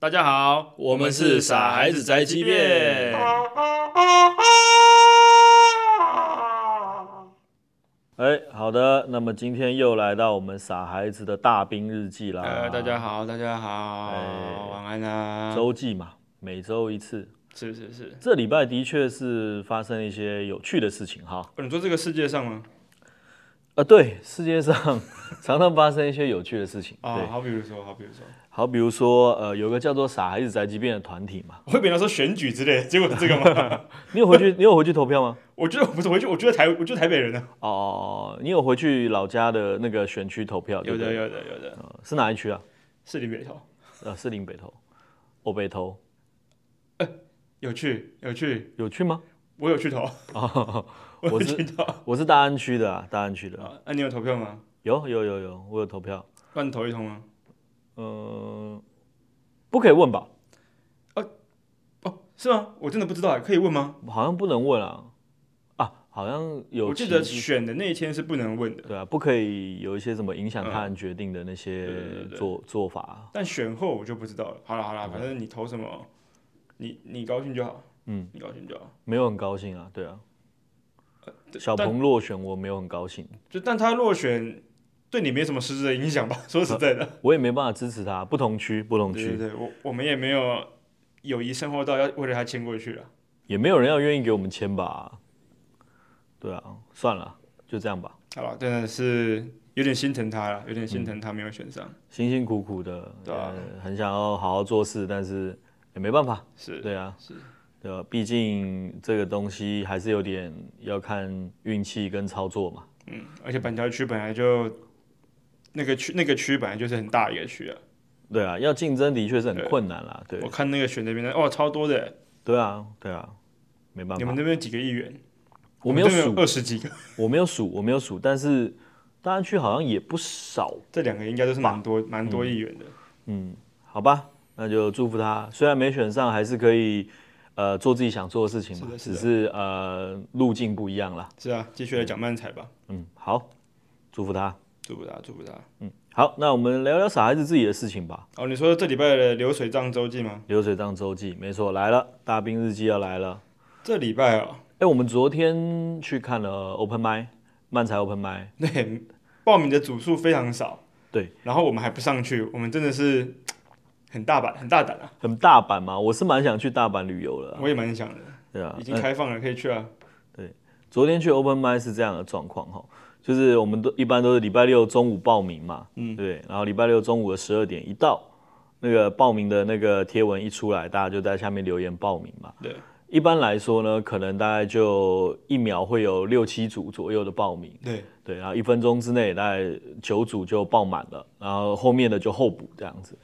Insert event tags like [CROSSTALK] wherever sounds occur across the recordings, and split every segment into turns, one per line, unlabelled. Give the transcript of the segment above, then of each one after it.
大家好，
我们是傻孩子宅急便哎，好的，那么今天又来到我们傻孩子的大兵日记啦。
呃，大家，好，大家好，
哎
晚安啊。
周记嘛，每周一次。
是是是，
这礼拜的确是发生一些有趣的事情哈。
哦你说这个世界上吗？
啊，对，世界上常常发生一些有趣的事情。
啊、
[LAUGHS] 对，
好比如说，好比如说，
好，比如说，呃，有个叫做傻孩子宅急便的团体 [LAUGHS] 嘛，
我会被人家说选举之类的，结果这个 [LAUGHS] 吗？
你有回去，你有回去投票 [LAUGHS] 吗？
我觉得我不是回去，我觉得台，我觉得台北人呢、
哦，你有回去老家的那个选区投票？对
有
不对
的有的有的，
呃是哪一区啊？ [LAUGHS]
是林北头，
呃，士林北投，我北投
有趣有趣，
有去吗？ [LAUGHS]
我有去投，
哦，
[LAUGHS] 我有
我是
去投。
我是大安区的、啊，大安区的
啊，那你有投票吗？
有有有有，我有投票。
乱投一通吗？
嗯，不可以问吧？
哦，是吗？我真的不知道欸，可以问吗？
好像不能问啊啊，好像有
我记得
其
选的那一天是不能问的，
对啊，不可以有一些什么影响他人决定的那
嗯对对对
些
对
做做法。
但选后我就不知道了。好了好了，反正你投什么，你你高兴就好，
嗯，
你高兴就好。
没有很高兴啊，对啊。小
呃但
鹏落选，我没有很高兴，
就但他落选对你没什么实质的影响吧？ [LAUGHS] 说实在的，
我也没办法支持他。不同区，不同
对对
区，
对，我我们也没有友谊生活到要为了他迁过去了。
也没有人要愿意给我们签吧？对啊，算了，就这样吧。
好了，真的是有点心疼他了，有点
嗯
心疼他没有选上。
辛辛苦苦的，
对啊
呃很想要好好做事，但是也没办法，
是
对啊，
是，
对吧？毕竟这个东西还是有点要看运气跟操作嘛。
嗯，而且板桥区本来就那个区那个区本来就是很大一个区啊，
对啊，要竞争的确是很
对
困难啦，对
我，看那个选的名单，哇，超多的，
对啊，对啊，没办
你们
法。
那边有几个议员？
我没有
这边
数，
二十几个，
我没有数，我没有数，但是大安区好像也不少，
这两个应该都是蛮多蛮多议员的。
嗯，好吧，那就祝福他，虽然没选上，还是可以。呃，做自己想做的事情嘛，
是的是
只
的
是呃路径不一样啦。
是啊，继续来讲漫才吧，
嗯，好，祝福他。
祝福他，祝福他。
好，那我们聊聊傻孩子自己的事情吧。
哦，你说这礼拜的流水账周记吗？
流水账周记，没错，来了，大兵日记要来了。
这礼拜哦，
哎，我们昨天去看了 Open m i 漫才 Open m i
对，报名的组数非常少，
对，
然后我们还不上去，我们真的是很大胆，很大胆啊！
很大阪嘛，我是蛮想去大阪旅游了啊，
我也蛮想的，
对啊
已，经开放了，可以去啊。
昨天去 Open m i 是这样的状况哈，就是我们都一般都是礼拜六中午报名嘛，嗯，对，然后礼拜六中午的十二点一到，那个报名的那个贴文一出来，大家就在下面留言报名嘛。
对，
一般来说呢，可能大概就一秒会有六七组左右的报名，
对，
对，然后一分钟之内大概九组就爆满了，然后后面的就候补这样子。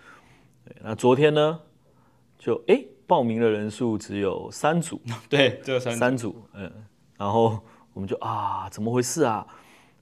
对，那昨天呢，就哎报名的人数只有三组，
对，这三
三组，嗯，然后我们就啊，怎么回事啊？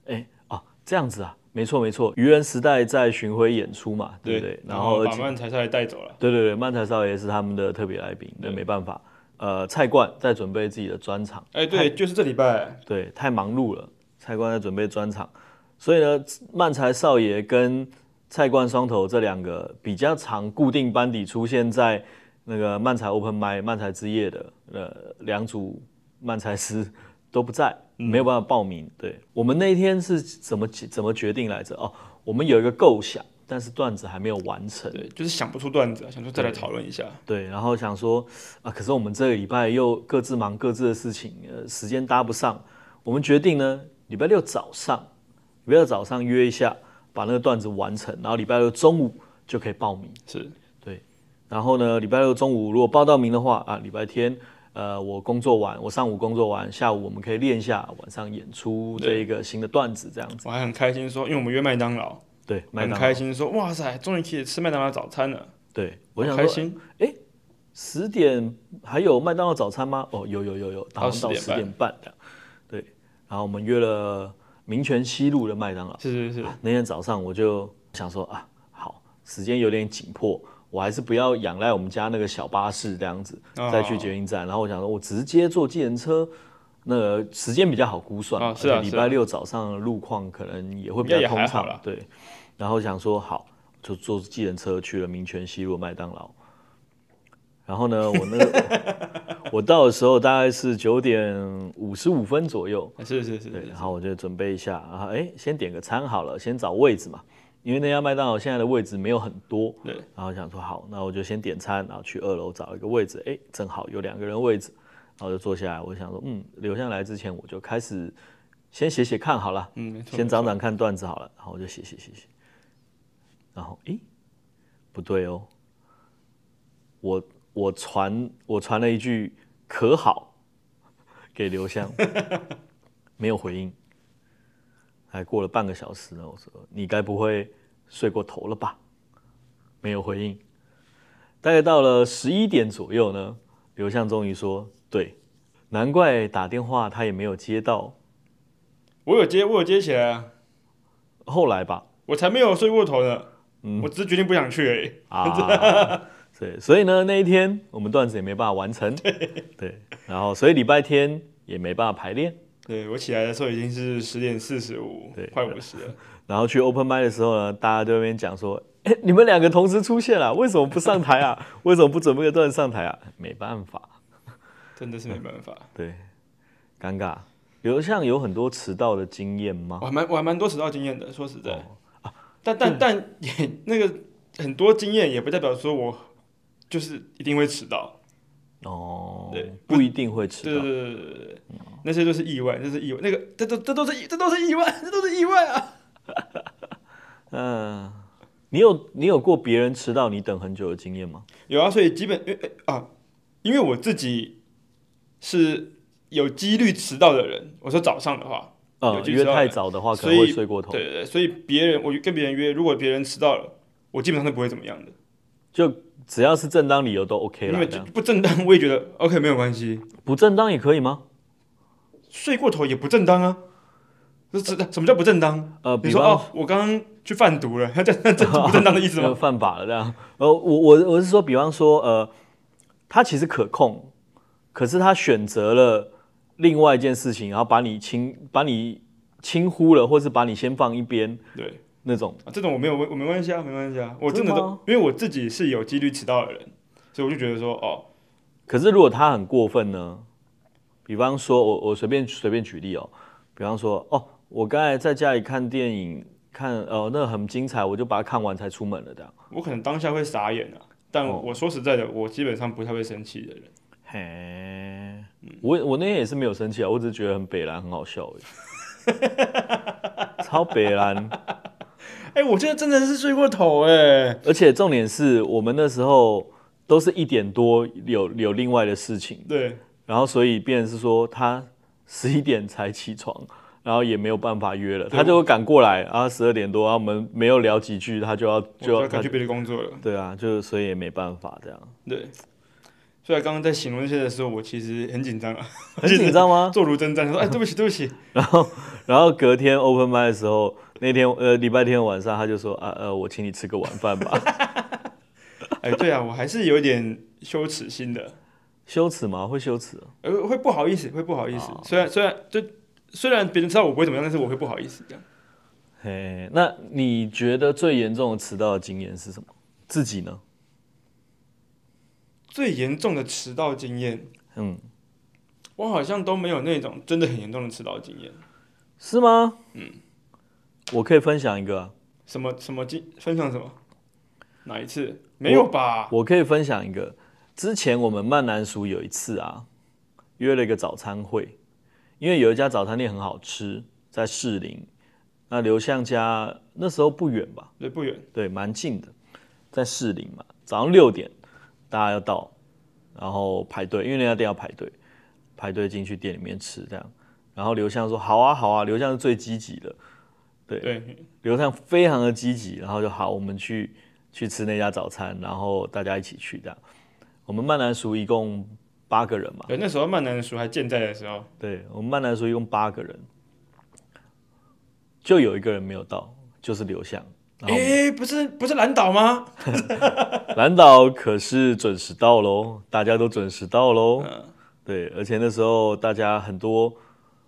哎啊，这样子啊，没错没错，愚人时代在巡回演出嘛，
对
对不对？
然
然后而
把
且
漫才稍微带走了。
对对对，漫才少爷是他们的特别来宾，那没办法，呃，蔡冠在准备自己的专场。
哎，对，就是这礼拜，
对，太忙碌了。蔡冠在准备专场，所以呢，漫才少爷跟蔡冠双头这两个比较常固定班底出现在那个漫才 Open m i 漫才之夜的呃两组漫才师都不在，没有办法报名。对我们那一天是怎么怎么决定来着？哦，我们有一个构想，但是段子还没有完成。
对，就是想不出段子啊，想说再来讨论一下。
对，然后想说啊，可是我们这个礼拜又各自忙各自的事情，呃，时间搭不上。我们决定呢，礼拜六早上，礼拜六早上约一下，把那个段子完成，然后礼拜六中午就可以报名。
是，
然后呢，礼拜六中午如果报到名的话啊，礼拜天呃我工作完，我上午工作完，下午我们可以练一下，晚上演出这一个新的段子这样子。
我还很开心说，因为我们约麦当劳，
对，麦
很
当劳
开心说，哇塞，终于可以吃麦当劳早餐了，
对，我
好
想
开
说
心。
十点还有麦当劳早餐吗？哦，有有有有，打
到
算到
10
十点半的。对，然后我们约了民权西路的麦当劳。
是是是，
啊那天早上我就想说啊，好，时间有点紧迫，我还是不要仰赖我们家那个小巴士这样子，
哦
再去捷运站。然后我想说，我直接坐计程车，那个时间比较好估算嘛。
哦
而
是啊
且礼
是啊
拜六早上的路况可能也会比
应该
较
也
通
还好
畅
啦。
对，然后想说好，就坐计程车去了民权西路麦当劳。然后呢，我那个 [LAUGHS] 我到的时候大概是九点五十五分左右，
是是是，
对，然后我就准备一下，然后哎，先点个餐好了，先找位置嘛，因为那家麦当劳现在的位置没有很多，
对，
然后想说好，那我就先点餐，然后去二楼找一个位置，哎，正好有两个人位置，然后就坐下来，我想说，嗯，留下来之前我就开始先写写看好了，
嗯，没错，
先长长看段子好了，然后我就写写写写，然后诶，不对哦，我我传我传了一句可好给
[LAUGHS]
刘湘，没有回应，还过了半个小时呢，我说你该不会睡过头了吧？没有回应，大概到了十一点左右呢，刘向终于说对，难怪打电话他也没有接到，
我有接，我有接起来啊，
后来吧。
我才没有睡过头呢，
嗯
我只是决定不想去而已。
啊，
[LAUGHS]
对，所以呢，那一天我们段子也没办法完成，对然后所以礼拜天也没办法排练，
对我起来的时候已经是十点四十五
对，
快五十了。 [LAUGHS]
然后去 open m i 的时候呢，大家就在那边讲说，哎，你们两个同时出现了，为什么不上台
[LAUGHS]
啊？为什么不准备个段子上台啊？没办法，
真的是没办法。
对，尴尬。刘向有很多迟到的经验吗？
我还蛮我还蛮多迟到经验的，说实在，
哦啊
但但但 [LAUGHS] 也那个很多经验也不代表说我就是一定会迟到，
哦
对，
不一定会迟
对对
到。
对对对对，那些都是意外，那是意外，那个这都这都是这都是意外，这都是意外啊！
嗯、你有你有过别人迟到你等很久的经验吗？
有啊，所以基本因为啊，因为我自己是有几率迟到的人，我说早上的话，
呃
有，去
约
迟到
太
的
早的话可
所
能会
以
睡过头。
对对对，所以别人我跟别人约，如果别人迟到了，我基本上都不会怎么样的，
就只要是正当理由都 OK
因
啦
为
这样
不正当我也觉得 OK 没有关系，
不正当也可以吗？
睡过头也不正当啊。这这什么叫不正当？
呃，
你
比
说
方
哦，我刚刚去贩毒了，这这这不正当的意思
呃
吗？
[LAUGHS] 犯法了这样。呃，我我我是说，比方说，呃，他其实可控，可是他选择了另外一件事情，然后把你轻把你轻忽了，或是把你先放一边
对，
那种。
啊这种我没有，我没关系啊，没关系啊，我真的
真的
都
吗
因为我自己是有几率迟到的人，所以我就觉得说哦，
可是如果他很过分呢？比方说，我我随便随便举例哦，比方说，哦，我刚才在家里看电影，看哦，那很精彩，我就把它看完才出门了这样。
我可能当下会傻眼啊。但
哦
我说实在的，我基本上不太会生气的人。
嘿，我我那天也是没有生气啊，我只是觉得很北蓝，很好笑
[LAUGHS]
而已。超北蓝，
哎、我觉得真的是睡过头哎、
而且重点是我们那时候都是一点多有有另外的事情，
对，
然后所以变成是说他十一点才起床，然后也没有办法约了，
对
他就赶过来，然后十二点多，然啊后我们没有聊几句，他就要
我
就
就
要
要赶
他
去别的工作了。
对啊，就所以也没办法这样，
对，所以刚刚在形容这些的时候，我其实很紧张啊，
很紧张吗？
坐如针毡， [LAUGHS] 说哎、对不起，对不起，
然后隔天 open m i 的时候，那天呃礼拜天晚上他就说啊呃我请你吃个晚饭吧， [LAUGHS]
哎、对啊，我还是有一点羞耻心的。
羞耻吗？会羞耻？
呃，会不好意思，会不好意思。
哦
虽然虽然就虽然别人知道我不会怎么样，但是我会不好意思这样。
嘿，那你觉得最严重的迟到的经验是什么？自己呢？
最严重的迟到经验，
嗯，
我好像都没有那种真的很严重的迟到经验。
是吗？嗯，我可以分享一个啊，
什么什么经分享什么？哪一次？没有吧？
我可以分享一个。之前我们曼南塾有一次啊，约了一个早餐会，因为有一家早餐店很好吃，在士林。那刘向家那时候不远吧？
对，不远。
对，蛮近的，在士林嘛，早上六点大家要到，然后排队，因为那家店要排队，排队进去店里面吃这样。然后刘向说：“好啊，好啊。”刘向是最积极的，对
对，
刘向非常的积极，然后就好，我们去去吃那家早餐，然后大家一起去这样。我们曼南塾一共八个人嘛，
对，那时候曼南叔还健在的时候，
对我们曼南塾一共八个人，就有一个人没有到，就是刘向。然后
哎、不是不是蓝岛吗？
蓝岛可是准时到喽，大家都准时到喽。对，而且那时候大家很多，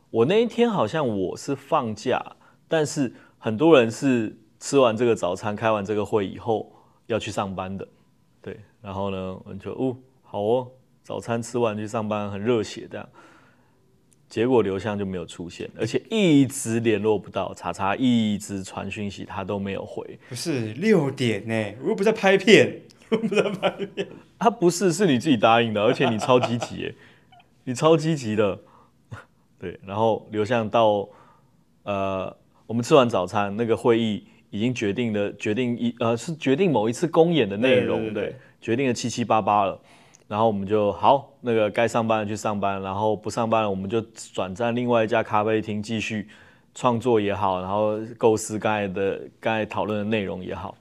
我那一天好像我是放假，但是很多人是吃完这个早餐、开完这个会以后要去上班的。对，然后呢，我们就哦，好好哦，早餐吃完去上班，很热血这样。结果刘向就没有出现，而且一直联络不到，查查一直传讯息，他都没有回。
不是六点呢、我又不在拍片，
他不是，是你自己答应
[LAUGHS]
的，而且你超积极耶，你超积极的。 [LAUGHS] 对，然后刘向到呃，我们吃完早餐，那个会议已经决定了，决定一呃是决定某一次公演的内容，
对对对对
决定的七七八八了。然后我们就好，那个该上班的去上班，然后不上班了，我们就转战另外一家咖啡厅继续创作也好，然后构思刚才的刚才讨论的内容也好。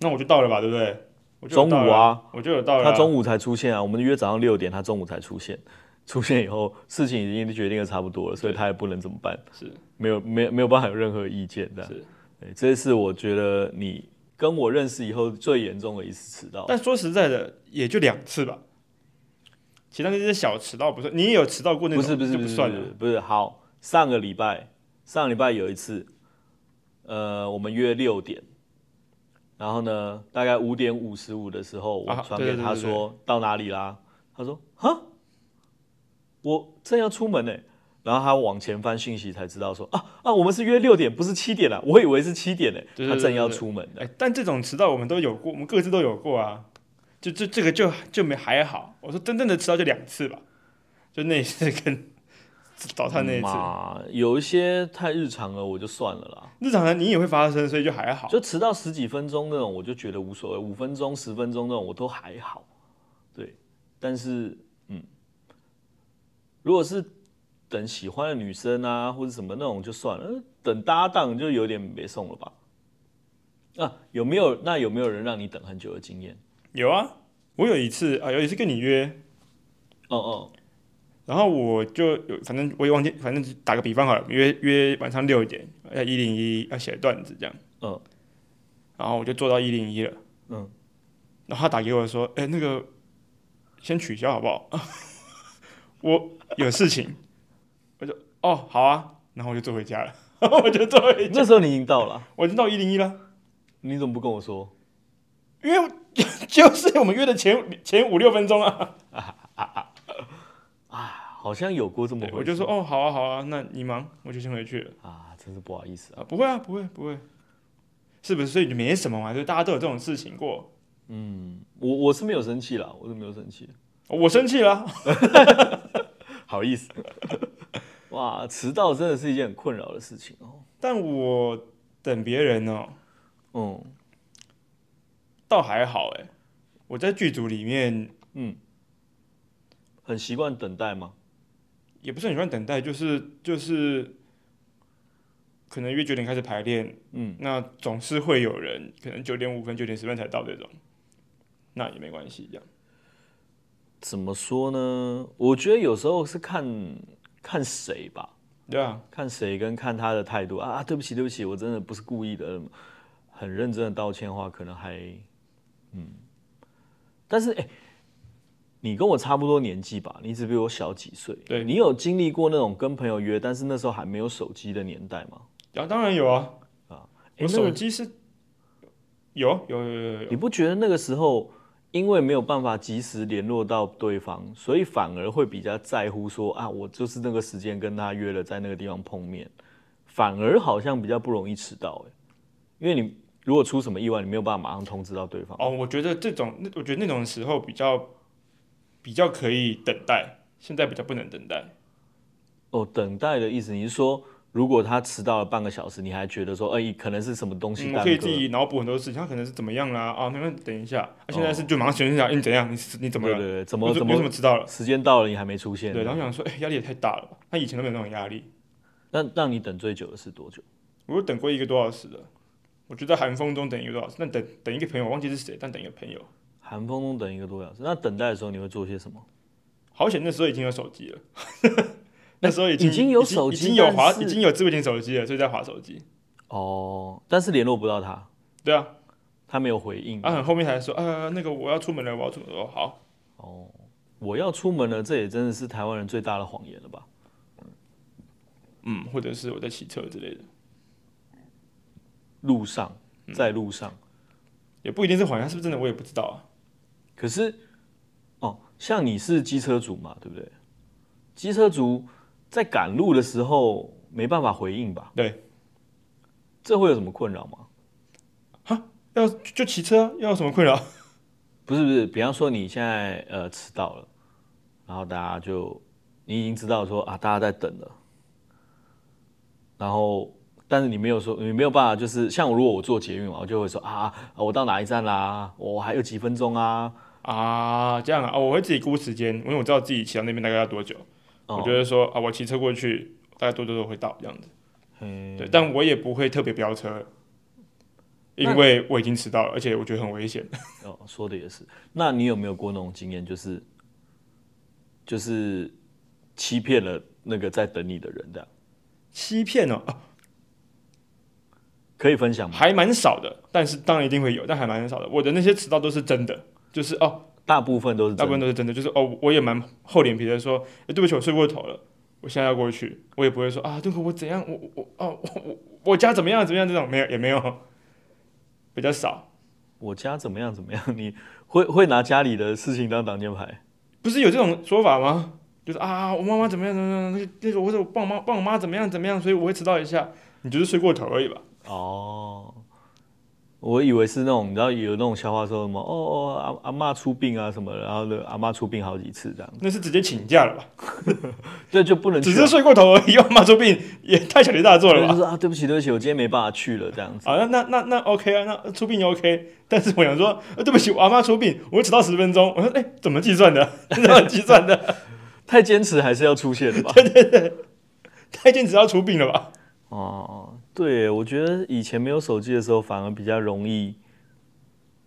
那我就到了吧，对不对？我就有
中午
到了
啊，
我就有到了啊、
他中午才出现啊，我们约早上六点，他中午才出现。 [LAUGHS] 出现以后，事情已经决定的差不多了，所以他也不能怎么办，
是
没有没有没有办法有任何意见的。
是
对，这是我觉得你跟我认识以后最严重的一次迟到。
但说实在的，也就两次吧。其他那些小迟到不算，你也有迟到过那
不
种，
是不是
就
不是
算
不是
了。
不是好，上个礼拜上个礼拜有一次，呃，我们约六点，然后呢，大概五点五十五的时候，我
啊
传
对
给
对
他
对对
说、到哪里啦，他说哈，我正要出门呢、然后他往前翻讯息才知道说啊啊，我们是约六点，不是七点啊啦，我以为是七点呢、
对对
他
对
正
对
要
对
出门的。
哎，但这种迟到我们都有过，我们各自都有过啊。就就这个就就没还好。我说真正的迟到就两次吧，就那一次跟早餐
嗯
那一次，
嘛，有一些太日常了，我就算了啦。
日常呢你也会发生，所以就还好。
就迟到十几分钟那种，我就觉得无所谓，五分钟、十分钟那种我都还好。对，但是嗯，如果是等喜欢的女生啊，或者什么那种就算了，呃等搭档就有点没送了吧？啊，有没有那有没有人让你等很久的经验？
有啊，我有一次啊，有一次跟你约，
哦哦，
然后我就有，反正我也忘记，反正打个比方好了，约约晚上六点，要一零一要写段子这样，
嗯，
然后我就做到一零一了，
嗯，
然后他打给我说，哎、那个先取消好不好？ [LAUGHS] 我有事情，我就哦好啊，然后我就坐回家了， [LAUGHS] 我就坐回，
那时候你已经到了，啊
我就到一零一了，
你怎么不跟我说？
因为就是我们约的前前五六分钟啊，
好像有过这么回事，
我就说哦好啊好啊，那你忙，我就先回去了。
啊，真是不好意思啊。
啊，不会啊，不会不会，是不是？所以就没什么嘛，就大家都有这种事情过。
我我是没有生气啦，我是没有生气。
哦我生气了，
好意思。 [LAUGHS] 哇，迟到真的是一件很困扰的事情哦。
但我等别人哦，
嗯，
倒还好哎。我在剧组里面
很习惯等待吗？
也不是很喜欢等待，就是就是，可能约九点开始排练，
嗯，
那总是会有人可能九点五分、九点十分才到这种，那也没关系，这样
怎么说呢？我觉得有时候是看看谁吧，
对啊，
看谁跟看他的态度啊啊对不起，对不起，我真的不是故意的，很认真的道歉的话，可能还嗯。但是哎、你跟我差不多年纪吧，你只比我小几岁。
对
你有经历过那种跟朋友约，但是那时候还没有手机的年代吗？
然后当然有啊，
哎
我
那个
手机是有有有有有有，
你不觉得那个时候，因为没有办法及时联络到对方，所以反而会比较在乎说啊，我就是那个时间跟他约了在那个地方碰面，反而好像比较不容易迟到、欸、因为你如果出什么意外，你没有办法马上通知到对方。
哦，我觉得这种，那我觉得那种时候比较比较可以等待，现在比较不能等待。
哦，等待的意思，你是说如果他迟到了半个小时，你还觉得说，哎、可能是什么东西
嗯，我
耽
可以
搁
自
了？
己脑补很多事情，他可能是怎么样啦，啊，没问题，等一下。啊、现在是就马上询问一下，哎你怎样？你是你怎么
对
了？
哦对对，怎
怎
么
怎
怎
么
么
怎么知道了？
时间到了你还没出现？
对，然后想说，哎、压力也太大了吧？他以前都没有那种压力。
那让你等最久的是多久？
我有等过一个多小时的，我就在寒风中等一个多小时，但等等一个朋友，我忘记是谁，但等一个朋友。
寒风中等一个多小时，那等待的时候你会做些什么？
好险，那时候已经有手机了。 [LAUGHS] 那时候已
哎已
经
经有手机
已经有滑，
但是
已经有智慧型手机了，所以在滑手机。
哦，但是联络不到他，
对啊，
他没有回应。
啊，很后面才说，呃，那个我要出门了，我要出门了。哦，好，
哦，我要出门了，这也真的是台湾人最大的谎言了吧？
嗯，或者是我在骑车之类的，
路上，在路上，
也不一定是谎言，是不是真的，我也不知道啊。
可是哦，像你是机车族嘛，对不对？机车族在赶路的时候没办法回应吧？
对，
这会有什么困扰吗？
要就骑车，要有什么困扰？ [LAUGHS]
不是不是，比方说你现在呃迟到了，然后大家就你已经知道说啊大家在等了，然后但是你没有说你没有办法，就是像我如果我坐捷运嘛，我就会说
[LAUGHS]
啊啊我到哪一站啦、我还有几分钟啊，
啊，这样啊，哦我会自己估时间，因为我知道自己骑到那边大概要多久。
哦
我觉得说啊，我骑车过去大概多久都会到这样子。
嗯，
对，但我也不会特别飙车，因为我已经迟到了，而且我觉得很危险。
哦说的也是，那你有没有过那种经验，就是就是欺骗了那个在等你的人的，
欺骗哦，啊
可以分享吗？
还蛮少的，但是当然一定会有，但还蛮少的。我的那些迟到都是真的，就是哦，
大部分都是
大
真
部
的
分都是真的，就是哦，我也蛮厚脸皮的说，哎诶对不起，我睡过头了，我现在要过去，我也不会说啊，对不起，我怎样，我我我哦，我我我家怎么样怎么样这种没有也没有，比较少。
我家怎么样怎么样，你会会拿家里的事情当挡箭牌。
不是有这种说法吗？就是啊，我妈妈怎么样怎么样，那个那个，或者我帮我妈帮我妈怎么样怎么样，所以我会迟到一下。你就是睡过头而已吧？
哦，我以为是那种，你知道有那种笑话说什么哦哦阿阿嬷出殡啊什么的，然后呢阿嬷出殡好几次这样，
那是直接请假了吧？
对，就不能去
只
啊
是睡过头而已，要妈出病也太小题大做了
对就
吧？
是啊对不起对不起，我今天没办法去了这样 [LAUGHS] 子。
啊，那那那那 OK 啊，那出病 OK。但是我想说，呃对不起，我阿妈出病，我迟到十分钟。我说，哎、怎么计算的？ [LAUGHS] 怎么计算的？
太坚持还是要出现的吧？
太监只要出病了吧？
哦，对，我觉得以前没有手机的时候反而比较容易，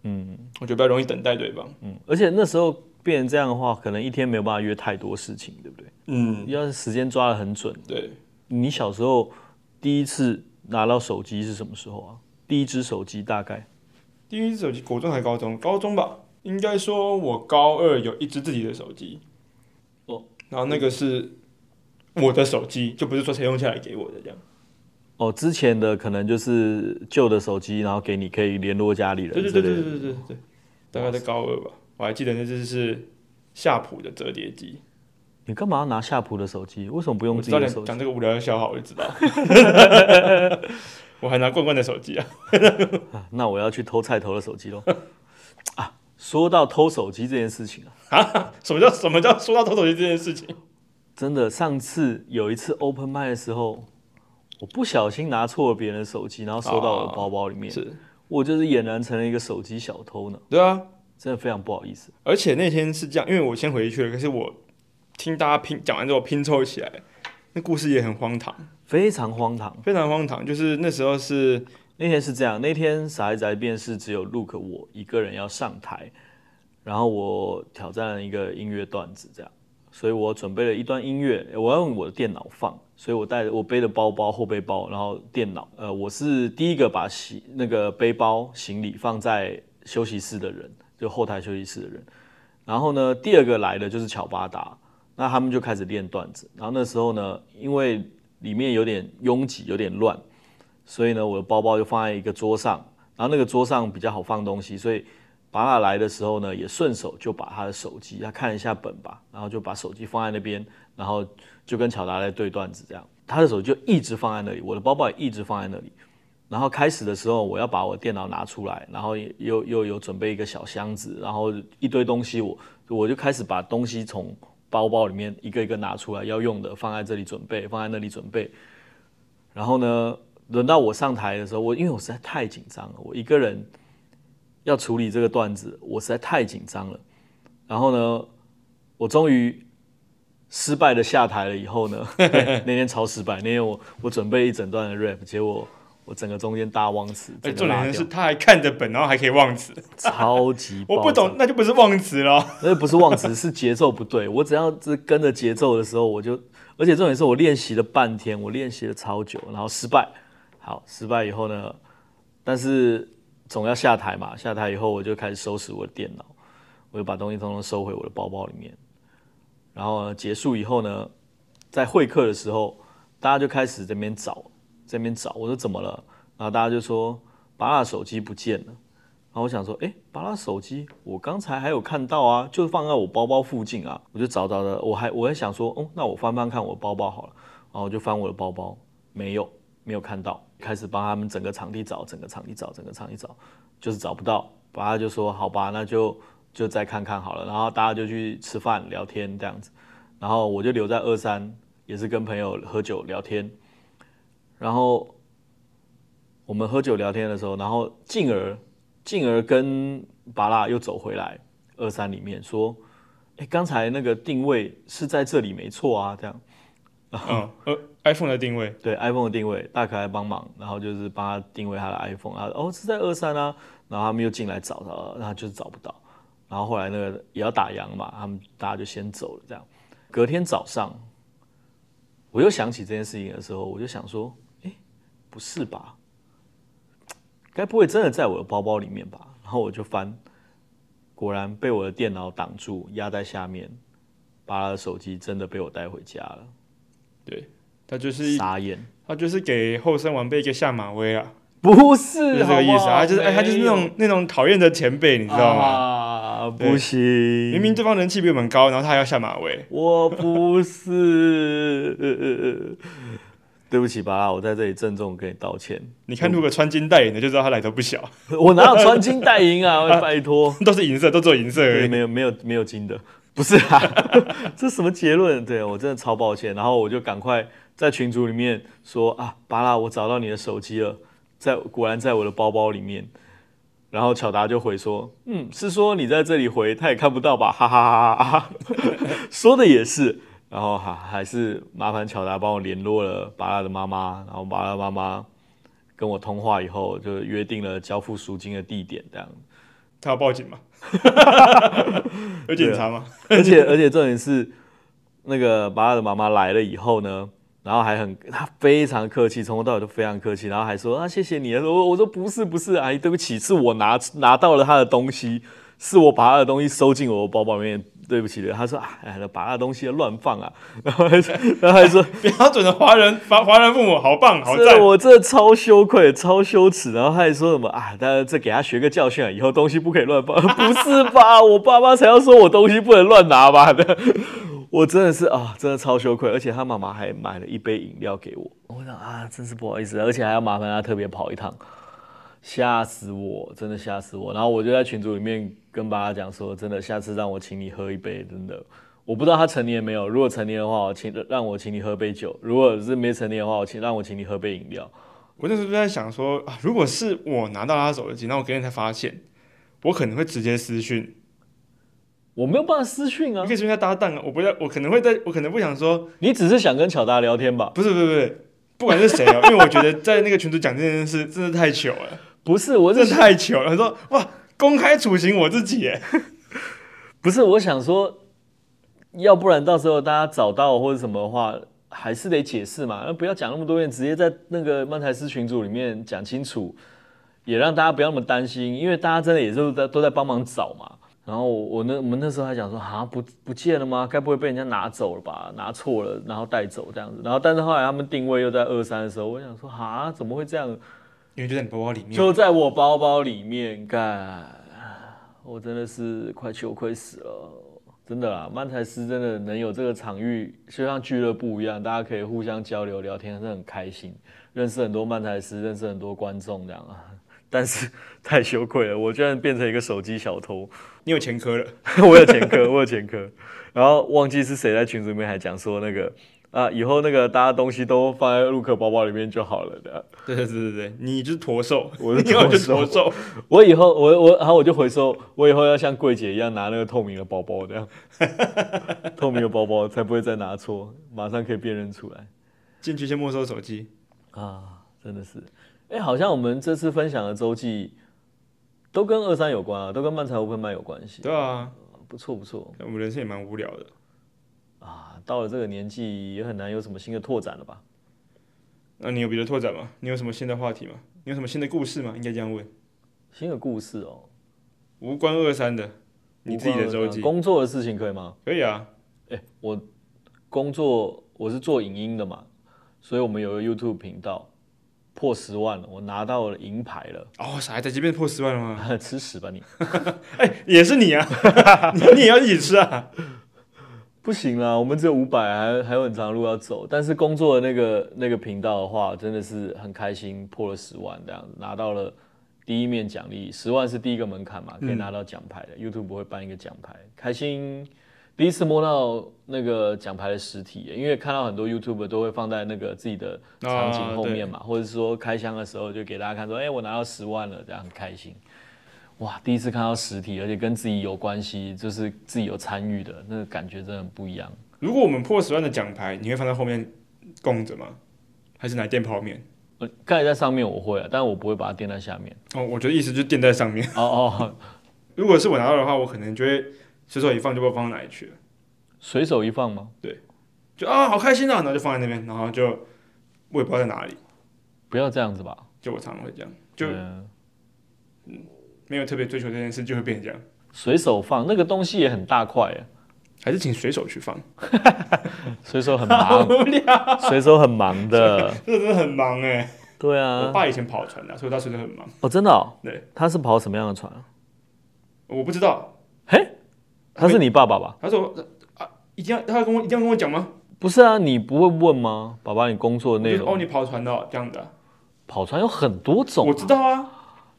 嗯
我觉得比较容易等待对方。
嗯，而且那时候变成这样的话，可能一天没有办法约太多事情，对不对？
嗯，
要是时间抓得很准。
对，
你小时候第一次拿到手机是什么时候啊？第一只手机大概
第一只手机国中还高中？高中吧，应该说我高二有一只自己的手机。
哦，
然后那个是我的手机，就不是说谁用下来给我的这样。
哦，之前的可能就是旧的手机，然后给你可以联络家里人
对对
之
对
类
对
的
对对对对，大概在高二吧，我还记得那只是夏普的折叠机。
你干嘛要拿夏普的手机？为什么不
我
用自
知
己
道
的
你
手机？
讲这个无聊的笑话，我就知道。 [LAUGHS] 我还拿罐罐的手机啊，
啊那我要去偷菜头的手机喽。 [LAUGHS] 啊，说到偷手机这件事情啊，
什么叫什么叫说到偷手机这件事情？
真的，上次有一次 open m i 的时候，我不小心拿错了别人的手机，然后收到我包包里面，
哦是
我就是俨然成了一个手机小偷呢，
对啊，
真的非常不好意思。
而且那天是这样，因为我先回去了，可是我听大家拼讲完之后拼凑起来，那故事也很荒唐，
非常荒唐。
非常荒唐。就是那时候是
那天是这样，那天傻孩子来便是只有 Look 我一个人要上台，然后我挑战了一个音乐段子，这样，所以我准备了一段音乐，我要用我的电脑放，所以我带着我背的包包后背包，然后电脑，呃，我是第一个把行那个背包行李放在休息室的人，就后台休息室的人，然后呢，第二个来的就是乔巴达，那他们就开始练段子，然后那时候呢，因为里面有点拥挤，有点乱。所以呢，我的包包就放在一个桌上，然后那个桌上比较好放东西，所以拔蜡来的时候呢，也顺手就把他的手机，他看一下本吧，然后就把手机放在那边，然后就跟巧达来对段子这样，他的手机就一直放在那里，我的包包也一直放在那里。然后开始的时候，我要把我电脑拿出来，然后也又又有准备一个小箱子，然后一堆东西我，我就开始把东西从包包里面一个一个拿出来，要用的放在这里准备，放在那里准备。然后呢，轮到我上台的时候，我因为我实在太紧张了，我一个人要处理这个段子，我实在太紧张了。然后呢，我终于失败的下台了以后呢， [LAUGHS] 对那天超失败，那天我我准备一整段的 rap，结果我整个中间大忘词，
哎，
整个
重
拉
点
掉
是，他还看着本，然后还可以忘词，
超级
我不
爆炸
懂，那就不是忘词
[LAUGHS]
了。
而且不是忘词，是节奏不对。我只要是跟着节奏的时候，我就，而且重点是我练习了半天，我练习了超久，然后失败。好，失败以后呢，但是总要下台嘛，下台以后我就开始收拾我的电脑，我就把东西通通收回我的包包里面。然后呢结束以后呢，在会客的时候，大家就开始这边找，这边找，我说怎么了？然后大家就说，把他的手机不见了。然后我想说，哎，巴拉手机，我刚才还有看到啊，就放在我包包附近啊，我就找找找，我还我还想说，哦，那我翻翻看我包包好了，然后我就翻我的包包，没有，没有看到，开始帮他们整个场地找，整个场地找，整个场地找，就是找不到，巴拉就说，好吧，那就就再看看好了，然后大家就去吃饭聊天这样子，然后我就留在二三，也是跟朋友喝酒聊天，然后我们喝酒聊天的时候，然后进而进而跟巴拉又走回来二三里面说，哎，刚才那个定位是在这里没错啊，这样
嗯，呃，iPhone 的定位，
对 iPhone 的定位，大可爱帮忙，然后就是帮他定位他的 iPhone 啊，哦是在二三啊，然后他们又进来找他，然后就是找不到，然后后来那个也要打烊嘛，他们大家就先走了这样。隔天早上，我又想起这件事情的时候，我就想说，哎，不是吧？该不会真的在我的包包里面吧？然后我就翻，果然被我的电脑挡住，压在下面。巴拉的手机真的被我带回家了，
它就是
傻眼。
它就是给后生晚辈一个下马威啊，
不
就是
是
这个意思啊，它就是哎，
他
它就是那种那种讨厌的前辈，你
你
知道吗？
啊、
对
不行，
明明对方人气比我们高，然后他还要下马威，
我不是。 [LAUGHS] 对不起，巴拉，我在这里郑重跟你道歉。
你看如果穿金戴银的，就知道他来头不小， [LAUGHS]
我哪有穿金戴银啊？拜托，
都是银色，都做银色而
对，
已。
没有没有没有金的，不是啊， [LAUGHS] 这什么结论？对我真的超抱歉，然后我就赶快在群组里面说啊，巴拉，我找到你的手机了，在果然在我的包包里面。然后巧达就回说，嗯，是说你在这里回，他也看不到吧，哈哈哈哈哈哈， [LAUGHS] 说的也是。然后还、还是麻烦巧达帮我联络了巴拉的妈妈，然后巴拉妈妈跟我通话以后，就约定了交付赎金的地点，这样。
他要报警 [LAUGHS] 吗？有警察吗？
[LAUGHS] 而且而且重点是，那个巴拉的妈妈来了以后呢，然后还很她非常客气，从头到尾都非常客气，然后还说啊谢谢你，我我说不是不是，阿哎姨对不起，是我拿拿到了她的东西，是我把她的东西收进我的包包里面，对不起的。她说啊，哎把她的东西乱放啊，然后还说然后还说
标准的华人华华人父母，好棒，好
这
赞！
我这超羞愧、超羞耻，然后他还说什么啊？他这给他学个教训啊，以后东西不可以乱放。 [LAUGHS] 不是吧？我爸妈才要说我东西不能乱拿吧的。 [LAUGHS] 我真的是啊，真的超羞愧，而且他妈妈还买了一杯饮料给我。我想啊，真是不好意思，而且还要麻烦他特别跑一趟，吓死我，真的吓死我。然后我就在群组里面跟爸爸讲说，真的，下次让我请你喝一杯，真的。我不知道他成年没有，如果成年的话，我请让我请你喝杯酒；如果是没成年的话，我请让我请你喝杯饮料。
我那时候就在想说，啊如果是我拿到他手机，那我隔天才发现，我可能会直接私讯，
我没有办法私讯啊
你可，以私讯他搭档啊，我不要，我可能会在，我可能不想说，
你只是想跟巧达聊天吧？
不是，不是，不是，不管是谁哦，因 [LAUGHS] 为我觉得在那个群主讲这件事真的太糗了，
不是，我
真
是
的太糗了。他说哇，公开处刑我自己耶，
不是我想说，要不然到时候大家找到或者什么的话，还是得解释嘛，那呃不要讲那么多遍，直接在那个漫才师群组里面讲清楚，也让大家不要那么担心，因为大家真的也是在都在帮忙找嘛。然后我我那我们那时候还讲说啊不不见了吗？该不会被人家拿走了吧？拿错了，然后带走这样子。然后但是后来他们定位又在二三的时候，我想说啊怎么会这样？
因为就在你包包里面。
就在我包包里面干，我真的是快羞愧死了，真的啦，曼才斯真的能有这个场域，就像俱乐部一样，大家可以互相交流聊天，真的很开心，认识很多曼才斯，认识很多观众这样啊。 [LAUGHS] 但是太羞愧了，我居然变成一个手机小偷。 [LAUGHS]
你有前科了，
我有前科，我有前科。然后忘记是谁在群组里面还讲说那个啊，以后那个大家东西都放在陆克包包里面就好了的。
对对对对对，你就是驼兽，
我是
[LAUGHS] 你要就是
驼
驼兽，
我以后我我然后我就回收，我以后要像柜姐一样拿那个透明的包包这样， [LAUGHS] 透明的包包才不会再拿错，马上可以辨认出来
进去先没收手机。
啊！真的是，哎、好像我们这次分享的周记都跟二三有关啊，都跟漫才 open 麦有关系，
对啊，
不错不错
我们人生也蛮无聊的。
啊！到了这个年纪也很难有什么新的拓展了吧？
那你有别的拓展吗？你有什么新的话题吗？你有什么新的故事吗？应该这样问，
新的故事哦，
无关二三的，你自己的周记
呃工作的事情可以吗？
可以啊。
哎、我工作我是做影音的嘛，所以我们有个 YouTube 频道，破十万了，我拿到了银牌了，
哦，傻孩子，即便破十万了吗？
吃屎吧你！
哎、也是你啊， [LAUGHS] 你也要一起吃啊？
不行啦，我们只有五百，还还有很长路要走。但是工作的那个那个频道的话，真的是很开心，破了十万这样子，拿到了第一面奖励，十万是第一个门槛嘛，
嗯
可以拿到奖牌的。YouTube 会颁一个奖牌，开心。第一次摸到那个奖牌的实体耶，因为看到很多 YouTube 都会放在那个自己的场景
啊
后面嘛，或者是说开箱的时候就给大家看说，哎、我拿到十万了，这样很开心。哇，第一次看到实体，而且跟自己有关系，就是自己有参与的那个感觉，真的很不一样。
如果我们破十万的奖牌，你会放在后面供着吗？还是哪垫泡面？
呃盖在上面我会啊，但我不会把它垫在下
[LAUGHS]
面。
哦，我觉得意思就是垫在上面。
哦哦，
如果是我拿到的话，我可能就会随手一放，就不知道放到哪里去了。
随手一放吗？
就啊，好开心啊，然后就放在那边，然后就我也不知道在哪里。
不要这样子吧。
就我常常会这样，就
嗯
没有特别追求这件事，就会变成这样。
随手放那个东西也很大块耶，
还是请随手去放，
随手很忙，随手很忙的。
[LAUGHS] [LAUGHS] 这真的很忙哎、
对
我
啊，
爸以前跑船的、所以他随手很忙。
哦，真的哦。
对，
他是跑什么样的船啊？
我不知道，
他是你爸爸吧？
他说啊，一定要他要跟我一定要跟我讲吗？
不是啊，你不会问吗？爸爸，你工作
我
的
就
内
说哦，
容，
你跑船的、哦、这样的啊、
跑船有很多种
我
啊。
知道啊。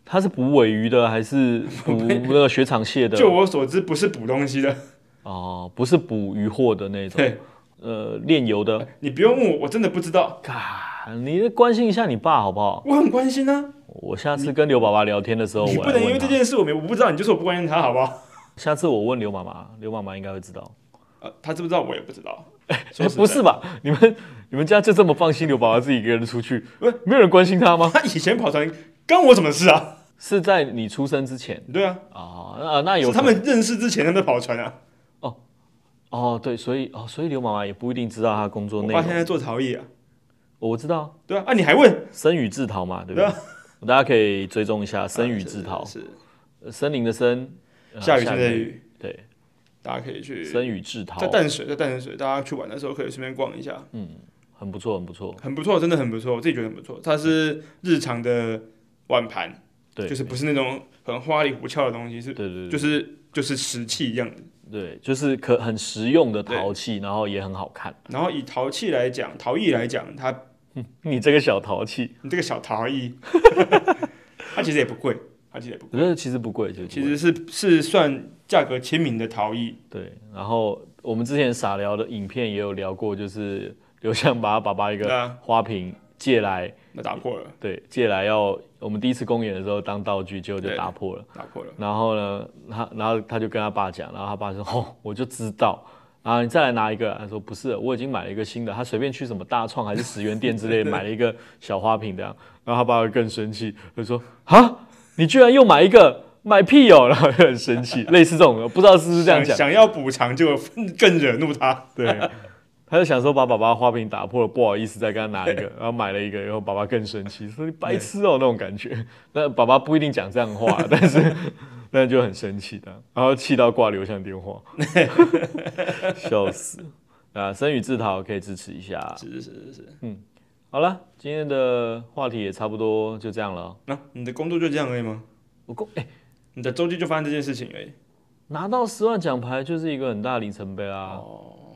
他是捕尾鱼的，还是捕那个雪场蟹的？
[LAUGHS] 就我所知，不是补东西的。
哦，不是捕鱼货的那种。
[LAUGHS] 对，
呃，炼油的。
你不用问我，我真的不知道。
嘎，你关心一下你爸好不好？
我很关心啊，
我下次跟刘爸爸聊天的时候，
你
我
不
来
能因为
问
这
他。
件事我没我不知道，你就说我不关心他，好不好？
下次我问刘妈妈，刘妈妈应该会知道。
呃，他知不知道我也不知 [LAUGHS] 道。
哎
说实在
[LAUGHS] 不是吧？你们你们家就这么放心刘爸爸自己一个人出去
不是，
没有人关心他吗？
他以前跑船关我什么事啊？
是在你出生之前
对啊，
啊、那那有
是
可
他们认识之前他们在跑船啊。
哦，对，所以哦，所以刘妈妈也不一定知道他工作
我
内
爸现
容。
在做陶艺啊，
我知道
对啊，啊你还问？
生与自逃嘛，对不
对
对
啊？
大家可以追踪一下生与自逃
啊，是
呃森林的森，呃
是下雨现在，雨，
对，
大家可以去
生与自逃
在，淡水，在淡水，大家去玩的时候可以顺便逛一下，
很不错，很不错。
很不错，真的很不错，我自己觉得很不错。它是日常的碗盘，
对，
就是不是那种很花里胡俏的东西，是
对对对，
就是就是石器一样的。
对，就是可很实用的陶器，然后也很好看。
然后以陶器来讲，陶艺来讲，它
你这个小陶器，
你这个小陶
[LAUGHS]
艺，它其实也不贵，它其实也不
我觉得其实不贵，其实
贵，
不
其实
贵
是是算价格亲民的陶艺。
对。然后我们之前傻聊的影片也有聊过，就是刘向把他爸爸一
对
个
啊
花瓶借来，
那打破了，
对，借来要我们第一次公演的时候当道具，结果就
对
打破了。
打破了，
然后呢，他然后他就跟他爸讲，然后他爸说：“哦，我就知道。”然后你再来拿一个，他说不是，我已经买了一个新的。他随便去什么大创还是十元店之类，买了一个小花瓶这样。然后他爸爸更生气，他说：“啊，你居然又买一个，买屁哦！” [LAUGHS] 然后就很生气，类似这种的，不知道是不是这样
想
讲。
想要补偿就更惹怒他。
对，他就想说把爸爸的花瓶打破了，不好意思再给他拿一个，然后买了一个，然后爸爸更生气，说你白痴哦、那种感觉。那爸爸不一定讲这样的话，但是但就很生气的，然后气到挂留向电话，笑死。啊，生与自逃可以支持一下。
是是是是是。
好了，今天的话题也差不多就这样了哦。
那、你的工作就这样而已吗？
我公哎、
你的周记就发生这件事情而已。
拿到十万奖牌就是一个很大的里程碑啦。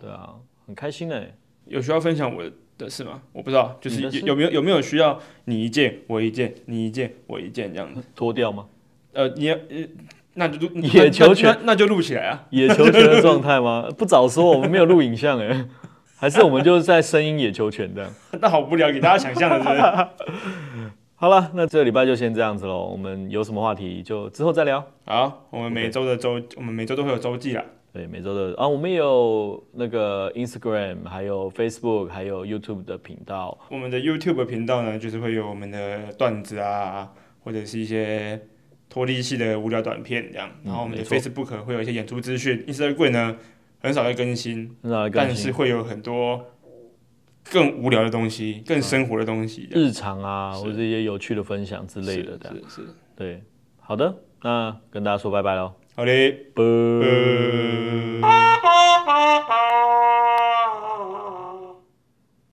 对啊，很开心哎、
有需要分享我的事吗？我不知道，就是
你的事
有有没有有没有需要你一件我一件，你一件我一件这样子。
脱掉吗？
呃，你要呃，那就录
野球拳
那那那就录起来啊。 [LAUGHS]
野球拳的状态吗？ [LAUGHS] 不早说，我们没有录影像哎， [LAUGHS] 还是我们就是在声音野球拳这样。
那好无聊，给大家想象的是不 [LAUGHS] 是。
好了，那这个礼拜就先这样子喽。我们有什么话题就之后再聊。
好，我们每周的周我们每周都会有周记啦。
对，每周的啊，我们也有那个 Instagram，还有 Facebook，还有 YouTube 的频道。
我们的 YouTube 频道呢，就是会有我们的段子啊，或者是一些脱离系的无聊短片这样。然后我们的
嗯没错
Facebook 会有一些演出资讯，Instagram 呢很少在更新，
那
但
更
是
新
会有很多更无聊的东西、更生活的东西这样
日常啊，或者一些有趣的分享之类的这样。
是是，是
对，好的，那跟大家说拜拜喽，
好嘞，
啵。
呃。